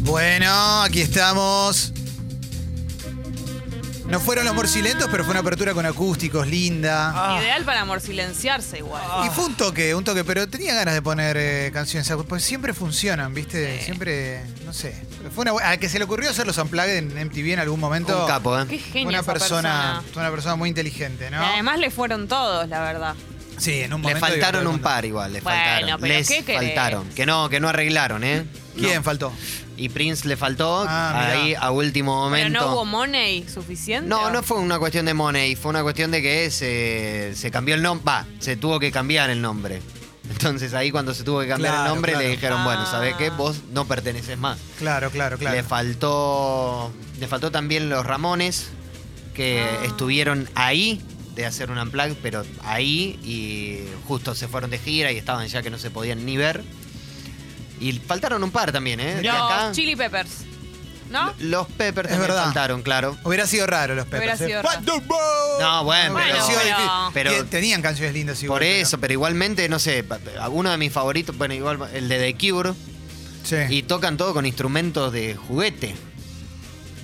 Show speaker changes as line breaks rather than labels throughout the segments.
Bueno, aquí estamos. No fueron los morcilentos, pero fue una apertura con acústicos, linda.
Ah.
Ideal para morsilenciarse igual.
Y fue un toque, un toque, pero tenía ganas de poner eh, canciones. Pues siempre funcionan, ¿viste? Siempre, no sé. Fue una bu- a que se le ocurrió hacer los unplugged en MTV en algún momento.
Un capo, ¿eh?
Qué genio
una
esa Eh,
persona, una persona muy inteligente, ¿no?
Y además le fueron todos, la verdad.
sí, en un
Le
momento
faltaron
iba a
un
todo
par igual, le
Bueno,
faltaron.
pero
Les
¿qué querés?
faltaron. Que no, que no arreglaron, ¿eh?
el mundo. ¿Quién
No.
faltó?
Y Prince le faltó
Ah, mirá.
ahí a último
Pero
momento.
no hubo money suficiente.
No,
¿o?
no fue una cuestión de money, fue una cuestión de que se, se cambió el nombre. Va, se tuvo que cambiar el nombre. Entonces ahí cuando se tuvo que cambiar
Claro,
el nombre
claro.
le dijeron, bueno,
Ah.
¿sabes qué? Vos no perteneces más.
Claro, claro, claro.
Le faltó. Le faltó también los Ramones, que
Ah.
estuvieron ahí de hacer un unplug, pero ahí y justo se fueron de gira y estaban ya que no se podían ni ver. Y faltaron un par también, ¿eh? De
Los
acá,
Chili Peppers. ¿No?
los Peppers
Es
también
verdad.
faltaron, claro.
Hubiera sido raro los Peppers.
Hubiera
¿eh?
sido
What the world?
No, bueno,
Bueno,
Hubiera
pero-
sido
pero-
difícil.
pero-
Tien- tenían canciones lindas igual.
Por
pero-
eso, pero igualmente, no sé, pa- pa- uno de mis favoritos, bueno, igual el de The Cure,
Sí,
y tocan todo con instrumentos de juguete.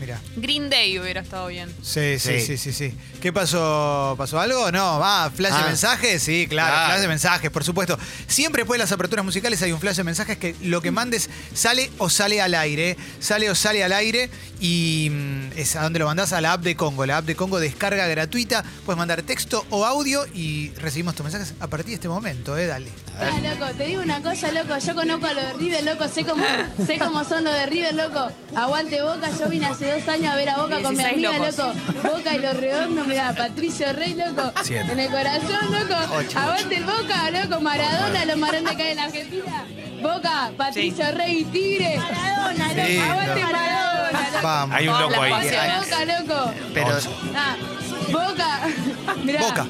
mira.
Green Day hubiera estado bien.
Sí, sí, sí, sí,
Sí.
sí. ¿Qué pasó? ¿Pasó algo? No, va, flash de
Ah.
mensajes, sí, claro,
Claro.
flash de mensajes, por supuesto. Siempre después de las aperturas musicales hay un flash de mensajes que lo que mandes sale o sale al aire, ¿eh? sale o sale al aire y mm, es a dónde lo mandás, a la app de Congo. La app de Congo descarga gratuita, puedes mandar texto o audio y recibimos tus mensajes a partir de este momento, eh, dale.
Ah, loco, te digo una cosa, loco, yo conozco a los de River, loco, sé cómo, sé cómo son los de River, loco. Aguante Boca, yo vine hace dos años a ver a Boca con mi
16
amiga,
locos.
loco. Boca y los redondos, mira, Patricio Rey, loco.
Siete.
En el corazón, loco. Aguante el Boca, loco, Maradona, los marones que hay en Argentina. Boca, Patricio Rey y Tigre. Maradona, loco.
Sí,
Aguante
no.
Maradona, loco.
Vamos.
Hay un
Todas
loco
las
ahí.
pasiones.
Boca, loco.
Pero
Ah, Boca. Mirá.
Boca.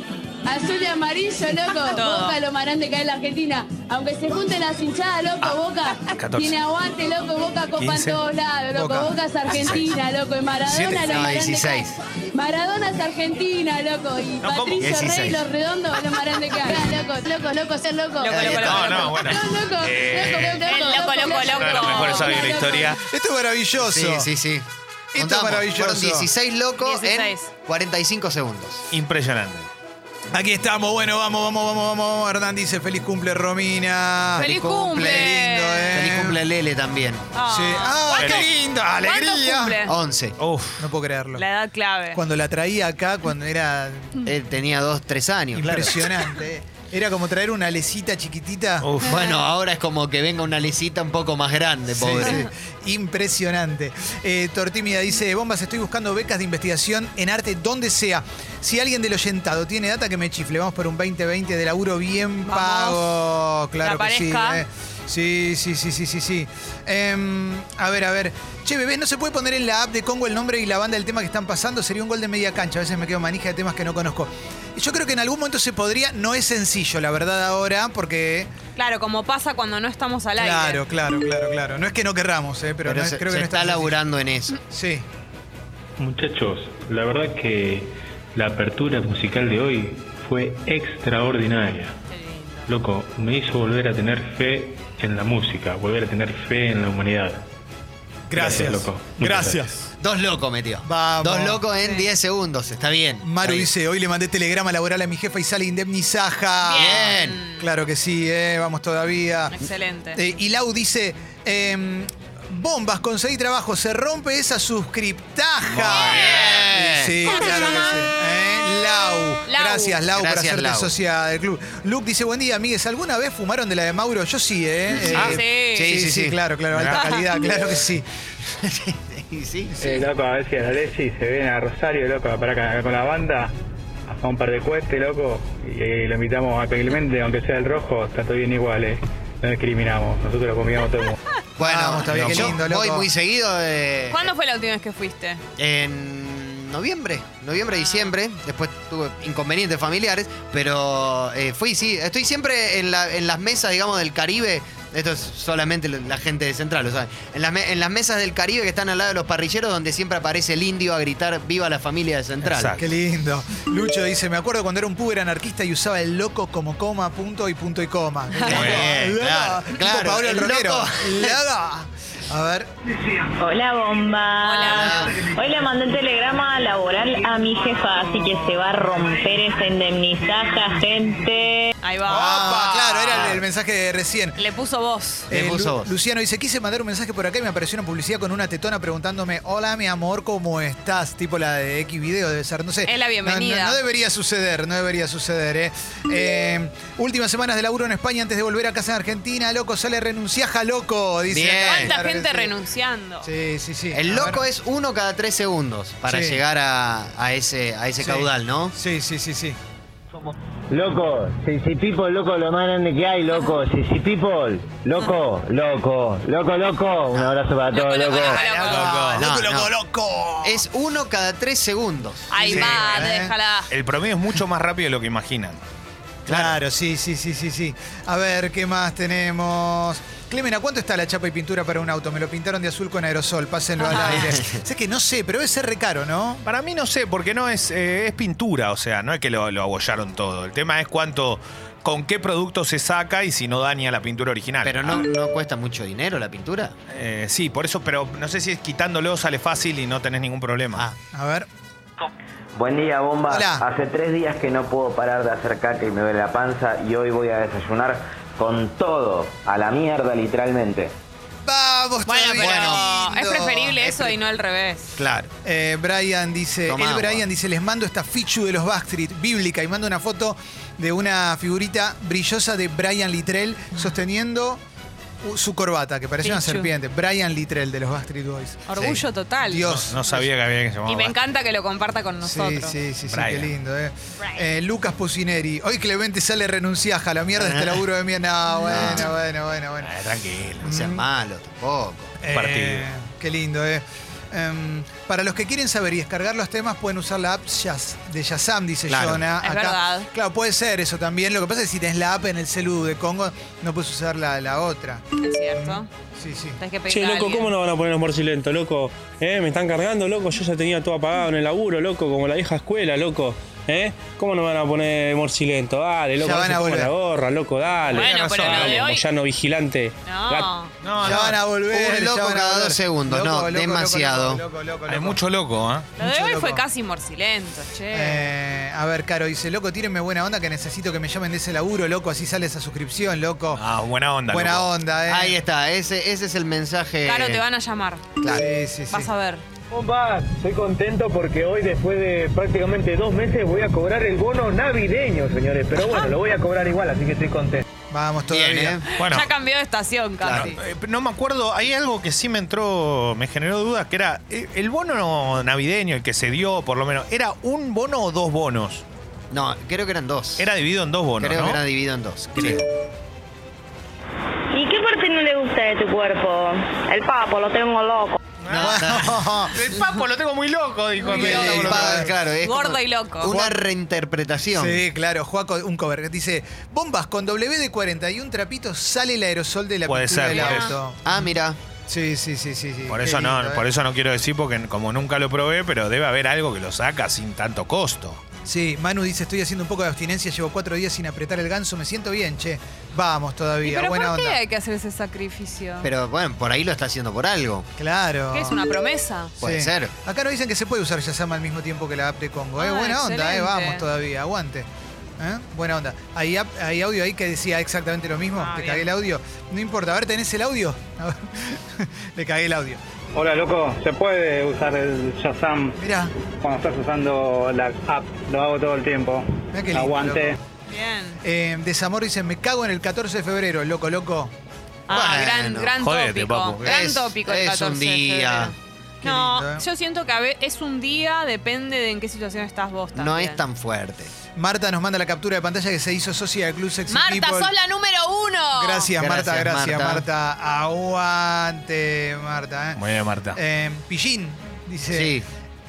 Azul y amarillo, loco.
Todo.
Boca, lo marante que hay en la Argentina. Aunque se junten las hinchadas, loco, Boca.
14.
Tiene aguante, loco. Boca copa
15.
en todos lados, loco.
Boca.
Boca, es Argentina, loco. Y Maradona,
Siete.
lo
No,
marante
16.
que hay. Maradona es Argentina, loco. Y
No, ¿cómo?
Patricio Rey,
16.
los redondos, lo marante que hay. Loco, loco, loco, ser loco.
Loco, loco,
No, no, bueno.
No, loco,
Eh,
loco,
El
loco, loco, loco,
Uno de los mejores audios de la historia.
Esto es maravilloso.
sí, sí, sí.
es maravilloso.
Fueron 16 locos
16.
en 45 segundos.
Impresionante.
Aquí estamos, bueno, vamos, vamos, vamos, vamos, vamos. Hernán dice, feliz cumple, Romina.
¡Feliz
cumple,
cumple!
Ah, lindo, eh.
Feliz cumple Lele también.
Ah.
Sí. ¡Ah,
¿Cuánto-
qué lindo! ¡Alegría! Ah.
cumple?
11.
Uf.
No puedo creerlo.
La edad clave.
Cuando la traía acá, cuando era
Él tenía 2, 3 años.
impresionante. eh. Era como traer una alecita chiquitita.
Uf.
Bueno, ahora es como que venga una lisita un poco más grande,
Sí,
pobre.
sí. Impresionante. Eh, Tortimida dice, bombas, estoy buscando becas de investigación en arte donde sea. Si alguien del oyentado tiene data que me chifle, vamos por un 2020 de laburo bien
Vamos.
pago. Claro
Que
que sí.
aparezca.
eh. Sí, sí, sí, sí, sí, sí. Em, a ver, a ver. Che, bebé, ¿no se puede poner en la app de Congo el nombre y la banda del tema que están pasando? Sería un gol de media cancha. A veces me quedo manija de temas que no conozco. Yo creo que en algún momento se podría. No es sencillo, la verdad, ahora, porque...
Claro, como pasa cuando no estamos al aire.
Claro, claro, claro, claro. No es que no querramos, eh, pero,
Pero,
no es-
se,
creo que
se
no es tan
está
sencillo.
laburando en eso.
Sí.
Muchachos, la verdad que la apertura musical de hoy fue extraordinaria.
Qué lindo.
Loco, me hizo volver a tener fe en la música, volver a tener fe en la humanidad. Gracias, loco. Muchas gracias.
Dos locos metió.
Vamos.
Dos locos en 10 segundos. Está bien.
Maru
Está bien.
dice, hoy le mandé telegrama laboral a mi jefa y sale indemnizaja.
Bien.
Claro que sí, eh, vamos todavía.
Excelente.
Eh, y Lau dice, em, bombas, conseguí trabajo, se rompe esa suscriptaja.
Muy bien.
Sí, claro que sí. Eh, Lau.
Lau.
Gracias, Lau, por
Gracias,
hacerte
Lau.
socia del club. Luke dice, buen día, amigues, ¿alguna vez fumaron de la de Mauro? Yo sí, ¿eh? Eh,
Ah,
sí.
Sí, sí, sí, claro, claro, alta calidad, claro que sí.
Y sí.
Eh,
Eh,
loco, a ver si a la Lessi se viene a Rosario, loco, para acá con la banda, a un par de cuestes, loco, y, eh, lo invitamos a Peglemente, aunque sea el rojo, está todo bien igual, eh. No discriminamos, nosotros lo convidamos todo el mundo.
Bueno,
Vamos, está bien, qué
yo
lindo,
voy
loco.
muy seguido eh,
¿Cuándo fue la última vez que fuiste?
en noviembre, noviembre, diciembre. Después tuve inconvenientes familiares, pero eh, fui, sí. Estoy siempre en, la- en las mesas, digamos, del Caribe. Esto es solamente la- la gente de Central, lo saben. En las, me- en las mesas del Caribe que están al lado de los parrilleros, donde siempre aparece el indio a gritar ¡Viva la familia de Central!
Exacto.
Qué lindo. Lucho dice, me acuerdo cuando era un puber anarquista y usaba el loco como coma, punto y punto y coma. Muy
bien, claro, claro,
Pablo el
el
rockero.
loco.
Laga. A ver,
Hola bomba.
Hola.
Hoy le mandé el telegrama laboral a mi jefa, así que se va a romper esa indemnizaja, gente.
Ahí va.
Ah.
opa, Ah, claro, era el,
Ah.
Eh, el mensaje de recién.
Le puso voz.
Le puso
Lu-
voz.
Luciano dice, quise mandar un mensaje por acá y me apareció una publicidad con una tetona preguntándome, hola mi amor, ¿cómo estás? Tipo la de X video debe ser, no sé.
Es la
No,
bienvenida.
No, no debería suceder, no debería suceder, ¿eh? Eh, Últimas semanas de laburo en España antes de volver a casa en Argentina, loco, sale renunciaja, loco, dice.
Bien.
¿Cuánta
Claro que
gente
sí.
renunciando?
Sí, sí, sí.
El
A
loco
ver.
es uno cada tres segundos para
Sí.
llegar a, a ese, a ese
Sí.
caudal, ¿no?
Sí, sí, sí, sí.
Loco, Sexy People, loco, lo más grande que hay, loco. Sexy People, loco, loco, loco, loco. Un abrazo para
Loco,
todos,
loco,
loco.
loco, loco.
Ah, no, no. Eh.
loco.
Es uno cada tres segundos.
Ahí
Sí,
va, te
¿eh?
déjala.
El promedio es mucho más rápido de lo que imaginan.
Claro, sí, sí, sí, sí, sí. A ver, ¿qué más tenemos? Clemen, ¿a cuánto está la chapa y pintura para un auto? Me lo pintaron de azul con aerosol, pásenlo
Ah.
al aire. sé que no sé, pero debe ser recaro, ¿no?
Para mí no sé, porque no es, eh, es pintura, o sea, no es que lo, lo abollaron todo. El tema es cuánto, con qué producto se saca y si no daña la pintura original.
Pero no, no cuesta mucho dinero la pintura.
Eh, sí, por eso, pero no sé si es quitándolo sale fácil y no tenés ningún problema.
Ah.
A ver.
Buen día, bomba.
Hola.
Hace tres días que no puedo parar de hacer caca y me duele la panza y hoy voy a desayunar con todo, a la mierda, literalmente.
Vamos,
Bueno,
todavía
pero es
lindo.
preferible eso y no al revés.
Claro.
Eh, Brian dice,
Tomá
el
agua.
Brian dice, les mando esta fichu de los Backstreet, bíblica, y mando una foto de una figurita brillosa de Brian Littrell sosteniendo uh, su corbata, que parecía una
Mm. Fichu.
serpiente. Brian Littrell de los Backstreet Boys.
Orgullo total.
Dios.
No sabía que había que llamar.
Y me encanta que lo comparta con
Sí,
nosotros.
sí, sí, sí,
Brian.
qué lindo, eh.
Brian.
Eh, Lucas Pucineri. Hoy Clemente sale renunciaja, la mierda este
Ah.
laburo de mierda. No, bueno, bueno, bueno, bueno.
Ah, tranquilo.
No seas malo tampoco.
Eh,
partido.
Qué lindo, eh. Em, para los que quieren saber y descargar los temas, pueden usar la app Yaz- de Yazam, dice
Claro.
Jonah.
Es verdad.
Claro, puede ser eso también. Lo que pasa es que si tenés la app en el celu de Congo, no puedes usar la, la otra.
Es cierto.
Sí, sí.
Tenés que pedir
Che,
a
loco,
alguien.
¿cómo no van a poner los morcilentos, loco? ¿Eh? Me están cargando, loco. Yo ya tenía todo apagado en el laburo, loco, como la vieja escuela, loco. ¿Eh? ¿Cómo no van a poner morcilento? Dale, loco,
Ya
no
van
se
a
pongan
volver.
la gorra, loco, dale.
Bueno,
Tenés
pero
razón,
lo de
dale,
hoy-
Moyano vigilante.
No.
Gat-
No,
ya
no.
van a volver.
Un
ya
loco
van a
cada dos
volver.
segundos, no, demasiado.
loco, loco,
Hay
loco.
mucho loco, ¿eh?
Lo de
Mucho
hoy fue
loco.
casi morcilento, che.
Eh, a ver, Caro dice, loco, tírenme buena onda que necesito que me llamen de ese laburo, loco, así sale esa suscripción, loco.
Ah, buena onda.
buena
loco.
onda, eh.
Ahí está, ese, ese es el mensaje.
Caro, te van a llamar.
Sí, eh, sí, sí.
Vas a ver.
Compa, estoy contento porque hoy después de prácticamente dos meses voy a cobrar el bono navideño, señores. Pero bueno, lo voy a cobrar igual, así que estoy contento.
Vamos
Bien,
todavía.
¿eh?
Bueno,
Ya cambió de estación
Claro.
casi.
Eh, No me acuerdo, hay algo que sí me entró, me generó dudas, que era eh, el bono navideño, el que se dio por lo menos, ¿era un bono o dos bonos?
No, creo que eran dos.
Era dividido en dos bonos,
creo
¿no?
que era dividido en dos. Creo.
¿Y qué parte no le gusta de tu cuerpo? El papo, lo tengo loco.
No, no.
El papo lo tengo muy loco, dijo.
Muy
el
loco,
papo.
loco.
Pa- claro, es
Gordo
como
y loco.
Una reinterpretación.
Sí, claro, Juaco, un cover. que Dice, bombas, con W de 41 trapitos sale el aerosol de la
Puede
pintura
ser,
del
puede
auto.
Ah, mira.
Sí, sí, sí, sí, sí.
Por
Qué
eso
lindo,
no,
eh.
por eso no quiero decir porque como nunca lo probé, pero debe haber algo que lo saca sin tanto costo.
Sí, Manu dice, estoy haciendo un poco de abstinencia, llevo cuatro días sin apretar el ganso, me siento bien, che. Vamos
¿Y
todavía,
pero
buena
por qué
onda.
hay que hacer ese sacrificio?
Pero bueno, por ahí lo está haciendo por algo.
Claro.
¿Qué es una promesa?
Puede ser.
Acá nos dicen que se puede usar Yazam al mismo tiempo que la app de Congo. eh.
Ah,
Buena onda, eh.
excelente.
vamos todavía, aguante. ¿Eh? Buena onda. Hay, app- hay audio ahí que decía exactamente lo mismo.
Ah,
Te
bien.
cagué el audio. No importa, a ver, ¿tenés el audio? A ver. Le cagué el audio.
Hola, loco, se puede usar el Shazam
Mirá,
cuando estás usando la app. Lo hago todo el tiempo.
Mirá qué lindo,
Aguante.
loco.
Bien.
eh, Desamor dice, me cago en el 14 de febrero, loco, loco.
Ah,
Bueno,
gran, gran
jodete,
tópico.
papu.
Gran
Es-
tópico el
es
14
un
de
día.
febrero.
Qué
No,
lindo, ¿eh?
yo siento que a ve- es un día, depende de en qué situación estás vos también.
No es tan fuerte.
Marta nos manda la captura de pantalla que se hizo socia del Club Sexy
Marta,
People.
sos la número uno.
Gracias, Marta,
Gracias,
gracias, Marta.
Marta.
Aguante, Marta. eh.
Muy bien, Marta.
Eh, Pillín Eh, dice...
Sí.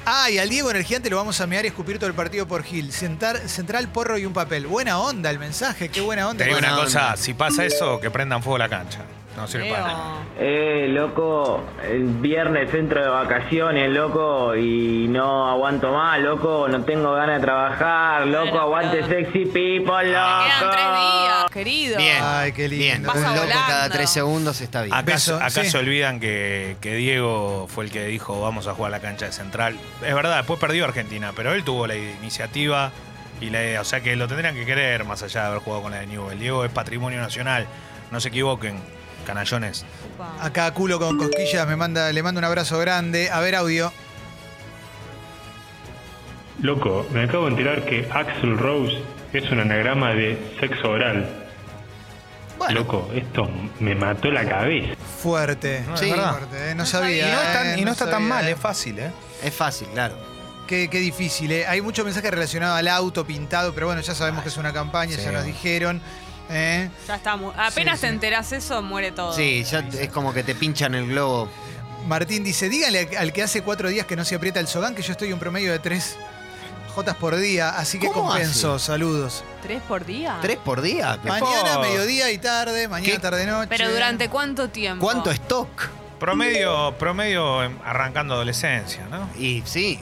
Ah, y al Diego Energiante lo vamos a mear y escupir todo el partido por Gil. Central, central, porro y un papel. Buena onda el mensaje, qué buena onda.
Te digo
Buena
una
onda.
cosa, si pasa eso, que prendan fuego la cancha. No sirve para nada.
Eh, loco, el viernes centro de vacaciones, loco, y no aguanto más, loco, no tengo ganas de trabajar, loco, aguante sexy people,
Quedan tres
loco.
días, querido.
Bien.
Ay, qué lindo.
Bien,
Pasa
un loco
volando.
cada tres segundos está bien.
¿Acaso,
Beso,
acaso
sí.
olvidan que, que Diego fue el que dijo vamos a jugar a la cancha de central? Es verdad, después perdió Argentina, pero él tuvo la iniciativa y la idea. O sea que lo tendrían que querer más allá de haber jugado con la de Newell. Diego es patrimonio nacional, no se equivoquen, canallones.
Upa.
Acá culo con cosquillas me manda, le mando un abrazo grande. A ver, audio.
Loco, me acabo de enterar que Axel Rose es un anagrama de sexo oral.
Bueno.
Loco, esto me mató la cabeza.
Fuerte.
No, es
Sí.
verdad.
Fuerte, eh, No sabía.
Y no, es tan-
eh,
y no está tan
sabía,
mal,
eh.
es fácil, ¿eh?
Es fácil, claro.
Qué, qué difícil, ¿eh? Hay mucho mensaje relacionado al auto pintado, pero bueno, ya sabemos que es una campaña,
sí.
ya nos dijeron. ¿eh?
Ya está. mu- Apenas
Sí,
te
sí.
enterás eso, muere todo.
Sí, ya te- es como que te pinchan el globo.
Martín dice, dígale al que hace cuatro días que no se aprieta el sogán que yo estoy un promedio de tres jotas por día, así que
¿Cómo
compenso. Saludos.
¿Tres por día?
¿Tres por día? Me-
Mañana,
po-
mediodía y tarde, mañana,
¿Qué?
tarde, noche.
¿Pero durante cuánto tiempo?
¿Cuánto stock?
Promedio, promedio em, arrancando adolescencia, ¿no?
Y sí,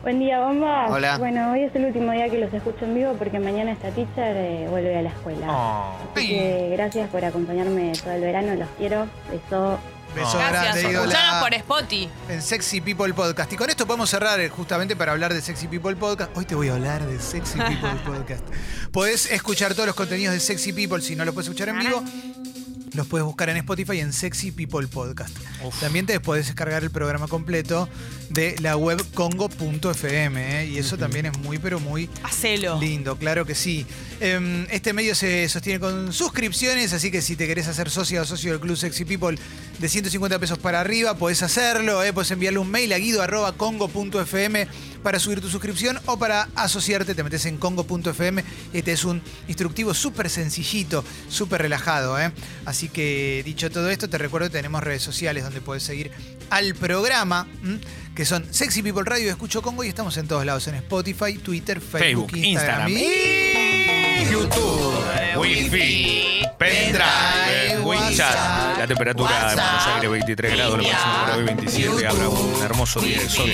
Buen día, bombas.
Hola.
Bueno, hoy es el último día que los escucho en vivo porque mañana esta teacher eh, vuelve a la escuela.
Oh.
Así que gracias por acompañarme todo el verano, los quiero. Beso.
Beso
Gracias.
grande, ídola.
Escuchanos por Spotty.
en Sexy People Podcast. Y con esto podemos cerrar eh, justamente para hablar de Sexy People Podcast. Hoy te voy a hablar de Sexy People Podcast. Podés escuchar todos los contenidos de Sexy People. Si no los puedes escuchar en vivo, los puedes buscar en Spotify y en Sexy People Podcast. También te podés descargar el programa completo de la web congo.fm. eh, Y eso también es muy, pero muy
Hacelo.
Lindo, claro que sí. Em, Este medio se sostiene con suscripciones, así que si te querés hacer socio o socio del Club Sexy People de 150 pesos para arriba, podés hacerlo, eh, podés enviarle un mail a guido.congo.fm para subir tu suscripción o para asociarte, te metes en congo.fm y este es un instructivo súper sencillito, súper relajado. eh. Así que dicho todo esto, te recuerdo que tenemos redes sociales donde podés seguir al programa, ¿m? que son Sexy People Radio, Escucho Congo y estamos en todos lados, en Spotify, Twitter, Facebook,
Facebook,
Instagram.
Instagram y YouTube,
Eh,
Wi-Fi, pendrive, WeChat. La temperatura en Buenos Aires 23 grados, la máxima para hoy 27. Habrá un hermoso día de sol.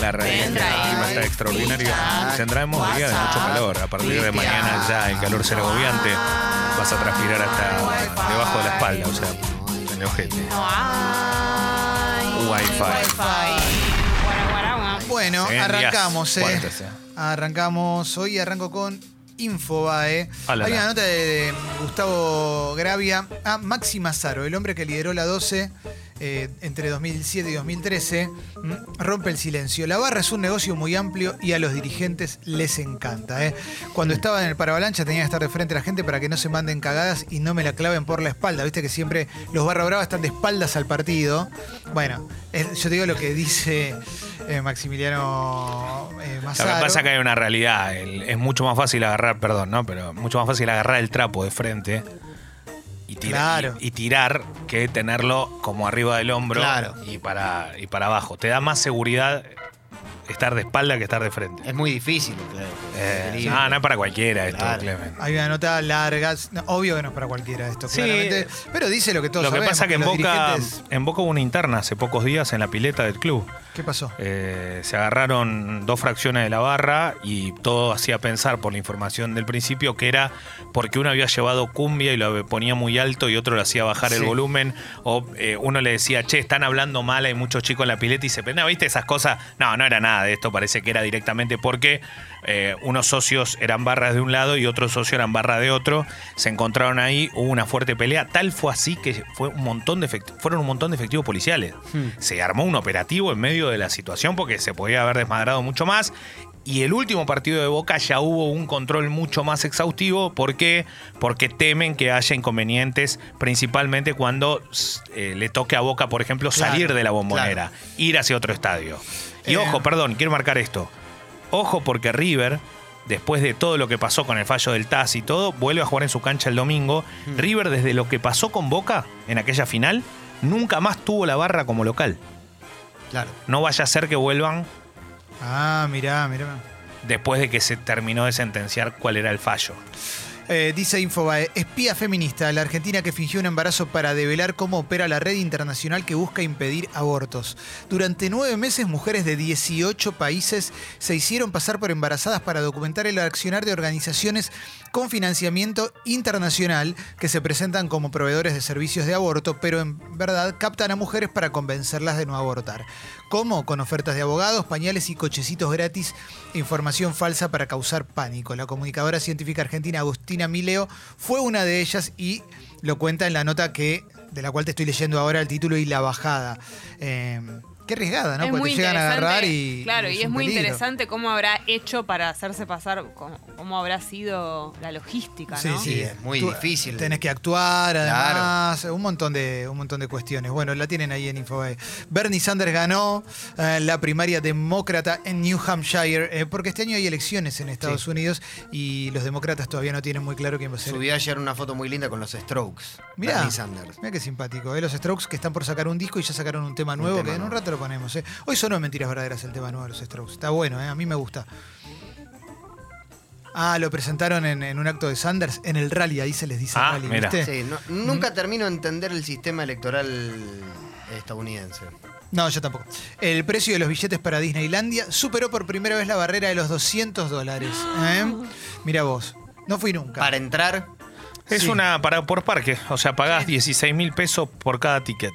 La realidad es que el clima está extraordinario. Y Tendremos día de mucho calor. A partir de mañana ya el calor será agobiante. Vas a transpirar hasta debajo de la espalda, o sea, en el ojete.
No hay.
Wi-Fi.
Guara, guara, guara.
Bueno,
Se ven días
arrancamos, eh.
fuertes, eh.
Arrancamos hoy, arranco con Infobae.
Alala.
Hay una nota de, de Gustavo Gravia. Ah, Maxi Mazaro, el hombre que lideró la 12 eh, entre 2007 y 2013, mm, rompe el silencio. La barra es un negocio muy amplio y a los dirigentes les encanta. eh. Cuando estaba en el Paravalancha tenía que estar de frente a la gente para que no se manden cagadas y no me la claven por la espalda. Viste que siempre los barra bravas están de espaldas al partido. Bueno, es- yo te digo lo que dice eh, Maximiliano eh,
Lo que
Mazaro.
pasa es que hay una realidad. El- es mucho más fácil agarrar, perdón, ¿no? Pero mucho más fácil agarrar el trapo de frente y, tira-
Claro.
y, y tirar que tenerlo como arriba del hombro
Claro.
y, para, y para abajo. Te da más seguridad estar de espalda que estar de
Eh,
frente.
es muy difícil. Claro.
Eh,
Sí.
no, no es para cualquiera esto,
Claro.
Clemen.
Hay una nota larga, no, obvio que no es para cualquiera esto,
Sí.
claramente. Pero dice lo que todos
Lo que
sabemos,
pasa es que en
los
Boca,
dirigentes-
en Boca hubo una interna hace pocos días en la pileta del club.
¿Qué pasó?
Eh, se agarraron dos fracciones de la barra y todo hacía pensar por la información del principio que era porque uno había llevado cumbia y lo ponía muy alto y otro le hacía bajar el
Sí.
volumen o eh, uno le decía, che, están hablando mal, hay muchos chicos en la pileta y se prende, ¿viste esas cosas? No, no era nada de esto, parece que era directamente porque eh, unos socios eran barras de un lado y otros socios eran barra de otro, se encontraron ahí, hubo una fuerte pelea, tal fue así que fue un montón de efecti- fueron un montón de efectivos policiales
Hmm.
se armó un operativo en medio de la situación porque se podía haber desmadrado mucho más. Y el último partido de Boca ya hubo un control mucho más exhaustivo. ¿Por qué? Porque temen que haya inconvenientes, principalmente cuando s- eh, le toque a Boca, por ejemplo,
Claro,
salir de la bombonera, ir hacia otro estadio. Y
Eh.
ojo, perdón, quiero marcar esto. Ojo porque River, después de todo lo que pasó con el fallo del TAS y todo, vuelve a jugar en su cancha el domingo. River, desde lo que pasó con Boca en aquella final, nunca más tuvo la barra como local.
Claro.
No vaya a ser que vuelvan
Ah, mirá, mirá.
después de que se terminó de sentenciar cuál era el fallo.
Eh, dice Infobae, espía feminista, la Argentina que fingió un embarazo para develar cómo opera la red internacional que busca impedir abortos. Durante nueve meses, mujeres de 18 países se hicieron pasar por embarazadas para documentar el accionar de organizaciones con financiamiento internacional que se presentan como proveedores de servicios de aborto, pero en verdad captan a mujeres para convencerlas de no abortar. ¿Cómo? Con ofertas de abogados, pañales y cochecitos gratis, información falsa para causar pánico. La comunicadora científica argentina Agustina Mileo fue una de ellas y lo cuenta en la nota que, de la cual te estoy leyendo ahora el título y la bajada. Eh, qué arriesgada, ¿no?
Es
Cuando
muy
te llegan a
interesante,
agarrar y.
Claro, y es
un
muy
peligro.
interesante cómo habrá hecho para hacerse pasar, cómo, cómo habrá sido la logística,
Sí,
¿no?
sí.
Sí, es muy
Tú
difícil.
Tenés que actuar, además, un, montón de, un montón de cuestiones. Bueno, la tienen ahí en Infobae. Bernie Sanders ganó eh, la primaria demócrata en New Hampshire, eh, porque este año hay elecciones en Estados Unidos y los demócratas todavía no tienen muy claro quién va a ser.
Subió ayer una foto muy linda con los Strokes.
Mirá.
Bernie Sanders.
Mira qué simpático, eh, los Strokes que están por sacar un disco y ya sacaron un tema
Un
nuevo
tema
que en un
nuevo.
rato lo ponemos. eh. Hoy sonó en Mentiras Verdaderas el tema nuevo de los Strokes. Está bueno, eh, a mí me gusta. Ah, lo presentaron en, en un acto de Sanders en el rally, ahí se les dice
Ah,
rally,
mira.
¿viste?
Sí, no- nunca
Mm.
termino de entender el sistema electoral estadounidense.
No, yo tampoco. El precio de los billetes para Disneylandia superó por primera vez la barrera de los 200 dólares. ¿eh? Mira vos, no fui nunca.
Para entrar,
Es
Sí.
una parada por parque, o sea, pagás 16 mil pesos por cada ticket.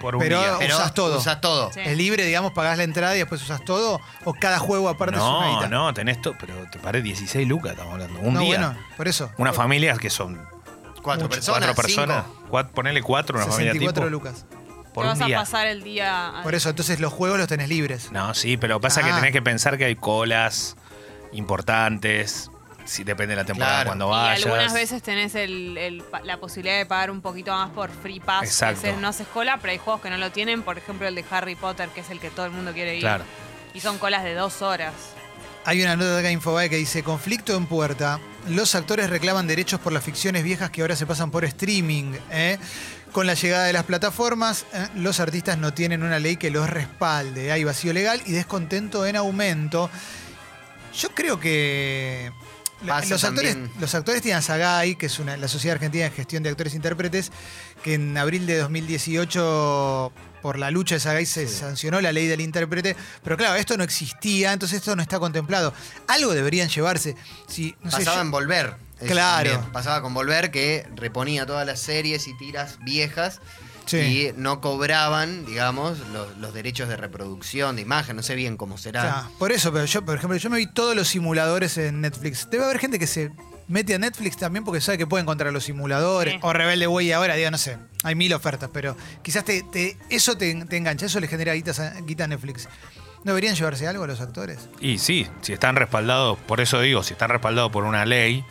Por un
Pero,
día.
Pero
usás todo.
usás todo.
Sí.
Es libre, digamos, pagás la entrada y después usás todo. O cada juego aparte es una
No,
guita.
no, tenés todo, pero te paré 16 lucas, estamos hablando. Un
No,
día.
bueno, por eso.
Una familia que son
Cuatro
Mucho.
personas.
cuatro personas.
cinco.
Cuat- ponele cuatro, una familia
64
tipo.
lucas.
Por
Te
un
vas a
día.
pasar el día.
Por eso, entonces los juegos los tenés libres.
No, sí, pero pasa que
Ah.
tenés que pensar que hay colas importantes. Si depende de la temporada
Claro.
cuando
Y
vayas.
algunas veces tenés el- el pa- la posibilidad de pagar un poquito más por Free Pass.
Exacto.
Ese no haces cola, pero hay juegos que no lo tienen. Por ejemplo, el de Harry Potter, que es el que todo el mundo quiere ir.
Claro.
Y son colas de dos horas.
Hay una nota acá en Infobae que dice: Conflicto en puerta. Los actores reclaman derechos por las ficciones viejas que ahora se pasan por streaming. ¿eh? Con la llegada de las plataformas, ¿eh? los artistas no tienen una ley que los respalde. Hay vacío legal y descontento en aumento. Yo creo que. la-
Pasa
Los actores,
también.
los actores tienen a SAGAI, que es una, la Sociedad Argentina de Gestión de Actores e Intérpretes, que en abril de 2018, por la lucha de Sagay, se sancionó la ley del intérprete. Pero claro, esto no existía, entonces esto no está contemplado. Algo deberían llevarse. Si, no sé,
Pasaba
yo-
en Volver. eso
Claro.
también. Pasaba con Volver que reponía todas las series y tiras viejas
Sí.
y no cobraban, digamos, los, los derechos de reproducción, de imagen, no sé bien cómo
o
será.
sea, por eso, pero yo, por ejemplo, yo me vi todos los simuladores en Netflix. Debe haber gente que se mete a Netflix también porque sabe que puede encontrar los simuladores.
Sí.
O Rebelde Güey ahora, digo, no sé. Hay mil ofertas, pero quizás te, te- eso te, te engancha, eso le genera guitas a- guita a Netflix. ¿No deberían llevarse algo a los actores?
Y sí, si están respaldados, por eso digo, si están respaldados por una ley,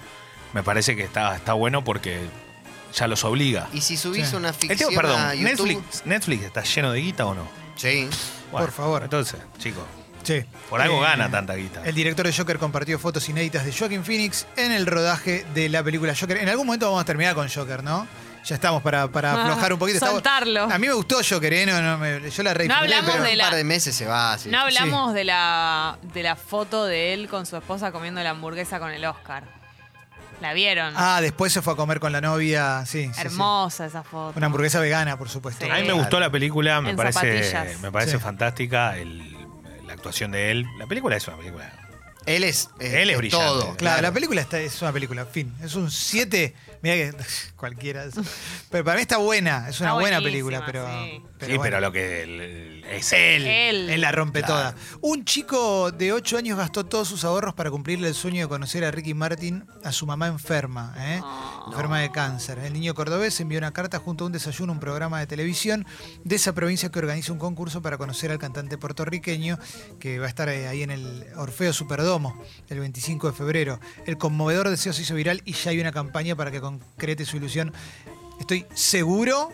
me parece que está, está bueno porque ya los obliga.
Y si subís
Sí.
una
El
ficción
tema, perdón,
a YouTube,
Netflix, Netflix está lleno de guita o no?
Sí.
Bueno,
Por favor.
Entonces, chicos,
Sí.
por algo
Eh,
gana tanta guita.
El director de Joker compartió fotos inéditas de Joaquin Phoenix en el rodaje de la película Joker. En algún momento vamos a terminar con Joker, ¿no? Ya estamos para, para
Ah,
aflojar un poquito. Está bu-
soltarlo.
A mí me gustó Joker, ¿eh? No, no, me- yo la re disfruté,
No hablamos
pero-
de
un
la-
par de meses se va. sí.
No hablamos de, la, de la foto de él con su esposa comiendo la hamburguesa con el Oscar. ¿La vieron?
Ah, después se fue a comer con la novia. Sí, sí, sí.
Hermosa esa foto.
Una hamburguesa vegana, por supuesto.
Sí.
A mí me gustó la película, me
En
parece,
zapatillas.
me parece
Sí.
fantástica el- la actuación de él. La película es una película.
Él es, este,
Él es brillante.
todo.
Claro, la película está- es una película, fin. Es un 7. Mira que cualquiera. es- Pero para mí está buena, es una
Está
buena película,
buenísima,
pero.
sí.
sí,
bueno.
pero lo que el- el- es él.
Él.
Él la rompe
Claro.
toda. Un chico de 8 años gastó todos sus ahorros para cumplirle el sueño de conocer a Ricky Martin, a su mamá enferma, ¿eh? enferma de cáncer. El niño cordobés envió una carta junto a un desayuno, un programa de televisión de esa provincia que organiza un concurso para conocer al cantante puertorriqueño que va a estar eh, ahí en el Orfeo Superdomo el 25 de febrero. El conmovedor deseo se hizo viral y ya hay una campaña para que concrete su ilusión. Estoy seguro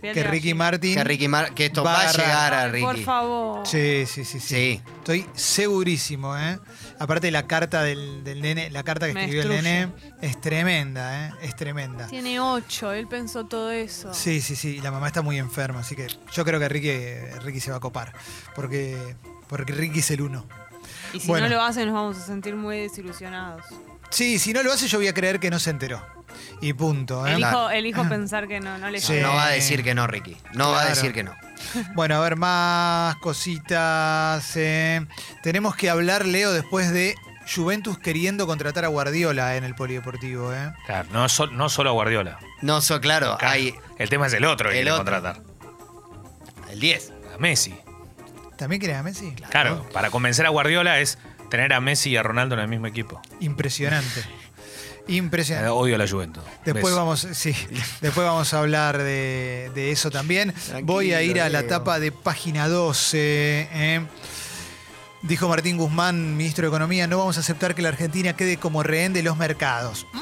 Fíjate
que Ricky Martin.
Que Ricky Mar- que esto va a
agarrar.
llegar a
Ay, Por
Ricky.
favor.
Sí, sí, sí, sí. Estoy segurísimo, ¿eh? Aparte la carta del, del nene, la carta que
Me
escribió el
destruye.
nene es tremenda, ¿eh? Es tremenda.
Tiene ocho, él pensó todo eso.
Sí, sí, sí. y La mamá está muy enferma, así que yo creo que Ricky, Ricky se va a copar. Porque, porque Ricky es el uno.
Y si
Bueno.
no lo hace, nos vamos a sentir muy desilusionados.
Sí, si no lo hace, yo voy a creer que no se enteró. Y punto. ¿eh?
Elijo, elijo pensar que no, no le
Sí.
llegó.
No va a decir que no, Ricky. No va a
Claro.
decir que no.
Bueno, a ver, más cositas. eh. Tenemos que hablar, Leo, después de Juventus queriendo contratar a Guardiola en el Polideportivo. ¿eh?
Claro, no, sol- no solo a Guardiola.
No, so, claro,
Claro.
hay
El tema es el otro que
El
quiere
otro.
contratar.
el 10.
A Messi.
¿También querés a Messi?
Claro, para convencer a Guardiola es tener a Messi y a Ronaldo en el mismo equipo.
Impresionante.
Eh,
Impresionante.
odio a la Juventud.
Después vamos, sí, después vamos a hablar de, de eso también. Voy a ir a la
Leo.
tapa de página 12. ¿eh? Dijo Martín Guzmán, ministro de Economía, no vamos a aceptar que la Argentina quede como rehén de los mercados. ¿Mm?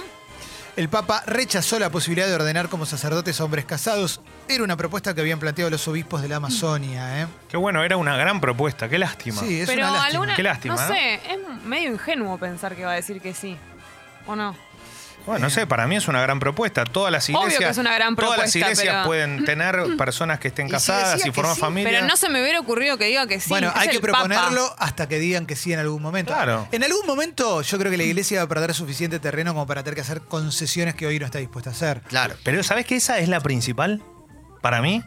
El Papa rechazó la posibilidad de ordenar como sacerdotes a hombres casados. Era una propuesta que habían planteado los obispos de la Amazonia. ¿eh?
Qué bueno, era una gran propuesta, qué lástima.
Sí, es
Pero
una lástima.
alguna.
Qué lástima,
no
¿no?
sé, es medio ingenuo pensar que va a decir que sí. ¿O no?
Bueno, no sé, para mí es una gran propuesta. Todas las
Obvio
iglesias,
que es una gran
todas las
propuesta,
iglesias
pero-
pueden tener personas que estén
si
casadas y,
decía que
formar
sí,
familia.
Pero no se me hubiera ocurrido que diga que sí.
Bueno,
es
hay que
el Papa.
proponerlo hasta que digan que sí en algún momento.
Claro.
En algún momento yo creo que la iglesia va a perder suficiente terreno como para tener que hacer concesiones que hoy no está dispuesta a hacer.
Claro,
Pero ¿sabes que esa es la principal para mí?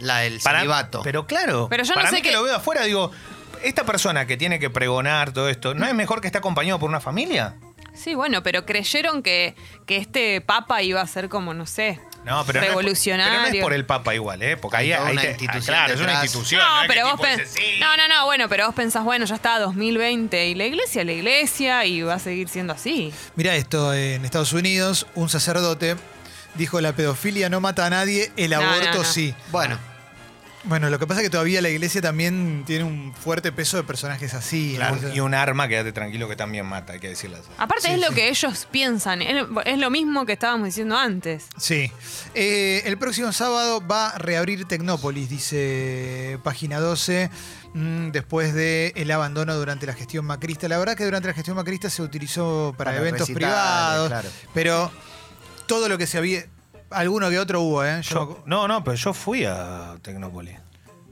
la del
Para-
celibato.
Pero claro,
Pero yo no
para
sé
mí que...
que-
lo veo afuera, digo, esta persona que tiene que pregonar todo esto, ¿no es mejor que esté acompañado por una familia?
Sí, bueno, pero creyeron que, que este papa iba a ser como, no sé,
No, pero no es-
revolucionario.
pero No es, por el Papa igual, ¿eh? Porque ahí
Hay toda
ahí
una
te-
institución
ah, claro, es una
detrás.
institución.
No,
es que
pero vos
tipo dice,
pensás.
"Sí".
No, no, no, bueno, pero vos pensás, bueno, ya está 2020 y la iglesia, la iglesia y va a seguir siendo así.
Mira esto, en Estados Unidos un sacerdote dijo la pedofilia no mata a nadie, el
No,
aborto
no, no.
sí.
Bueno,
Bueno, lo que pasa es que todavía la iglesia también tiene un fuerte peso de personajes así. ¿no?
Claro,
O sea,
y un arma, quédate tranquilo que también mata, hay que decirlo así.
Aparte es lo que ellos piensan, es, es lo mismo que estábamos diciendo antes.
Sí. Eh, el próximo sábado va a reabrir Tecnópolis, dice página 12, mm, después del el abandono durante la gestión macrista. La verdad que durante la gestión macrista se utilizó para,
Para
eventos
recitales,
privados,
claro.
pero todo lo que se había... Alguno que otro hubo, ¿eh? Yo me
Yo-
acu-
no, no, pero yo fui a Tecnópolis.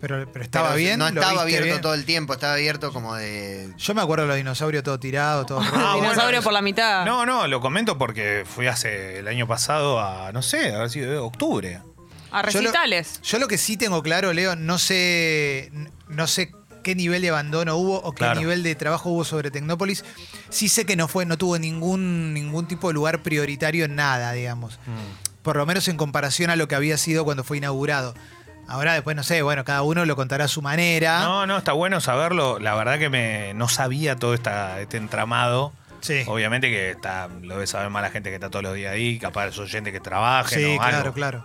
pero, pero estaba
pero
bien.
No
¿lo
estaba
viste
abierto
bien?
todo el tiempo, estaba abierto como de.
Yo me acuerdo de los dinosaurios todo tirado, todo... roto.
Ah, bueno,
Dinosaurio por la mitad.
No, no, lo comento porque fui hace el año pasado a, no sé, a ver si eh, octubre.
a
Yo lo-
recitales.
Yo lo que sí tengo claro, Leo, no sé, no sé qué nivel de abandono hubo o qué
Claro.
nivel de trabajo hubo sobre Tecnópolis. Sí sé que no fue, no tuvo ningún, ningún tipo de lugar prioritario en nada, digamos.
Mm.
Por lo menos en comparación a lo que había sido cuando fue inaugurado. Ahora después, no sé, bueno, cada uno lo contará a su manera.
Ah.
No, no, está bueno saberlo. La verdad que me, no sabía todo esta, este entramado.
Sí.
Obviamente que está, lo debe saber más la gente que está todos los días ahí, capaz los oyentes que trabajen
Sí,
o
claro,
algo.
claro.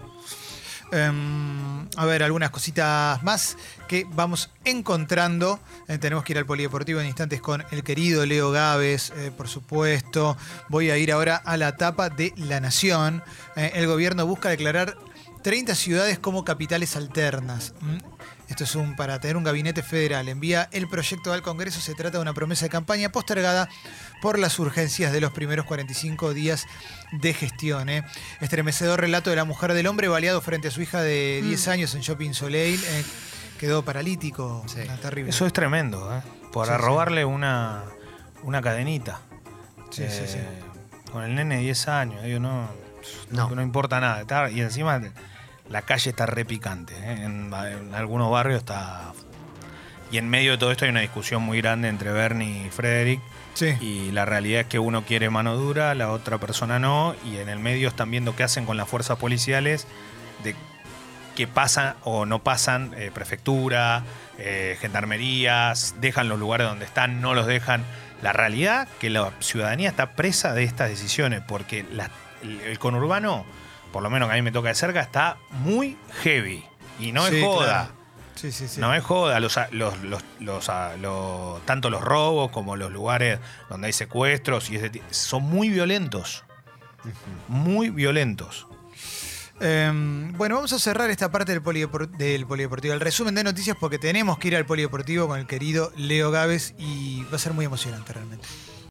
Em, a ver, algunas cositas más que vamos encontrando. Eh, tenemos que ir al Polideportivo en instantes con el querido Leo Gávez, eh, por supuesto. Voy a ir ahora a la tapa de La Nación. Eh, el gobierno busca declarar 30 ciudades como capitales alternas. ¿Mm? Esto es un para tener un gabinete federal. Envía el proyecto al Congreso. Se trata de una promesa de campaña postergada por las urgencias de los primeros 45 días de gestión. ¿eh? Estremecedor relato de la mujer del hombre baleado frente a su hija de 10 años en Shopping Soleil. eh, quedó paralítico.
Sí.
Ah, terrible.
Eso es tremendo, ¿eh? Por
Sí, sí.
robarle una, una cadenita. Eh,
Sí, sí, sí.
Con el nene de 10 años, digo, no, no.
No.
importa nada. Está- y encima la calle está repicante. ¿eh? En, en algunos barrios está. Y en medio de todo esto hay una discusión muy grande entre Bernie y Frederick.
Sí.
Y la realidad es que uno quiere mano dura, la otra persona no. Y en el medio están viendo qué hacen con las fuerzas policiales, de qué pasan o no pasan, eh, prefectura, eh, gendarmerías, dejan los lugares donde están, no los dejan. La realidad que la ciudadanía está presa de estas decisiones, porque la- el, el conurbano, por lo menos que a mí me toca de cerca, está muy heavy. Y no
Sí,
es joda.
claro. Sí, sí, sí.
No es joda, los, los, los, los- a- lo- tanto los robos como los lugares donde hay secuestros y ese ti- son muy violentos. Muy violentos.
Eh, bueno, vamos a cerrar esta parte del, polidepor- del polideportivo, el resumen de noticias, porque tenemos que ir al polideportivo con el querido Leo Gávez y va a ser muy emocionante realmente.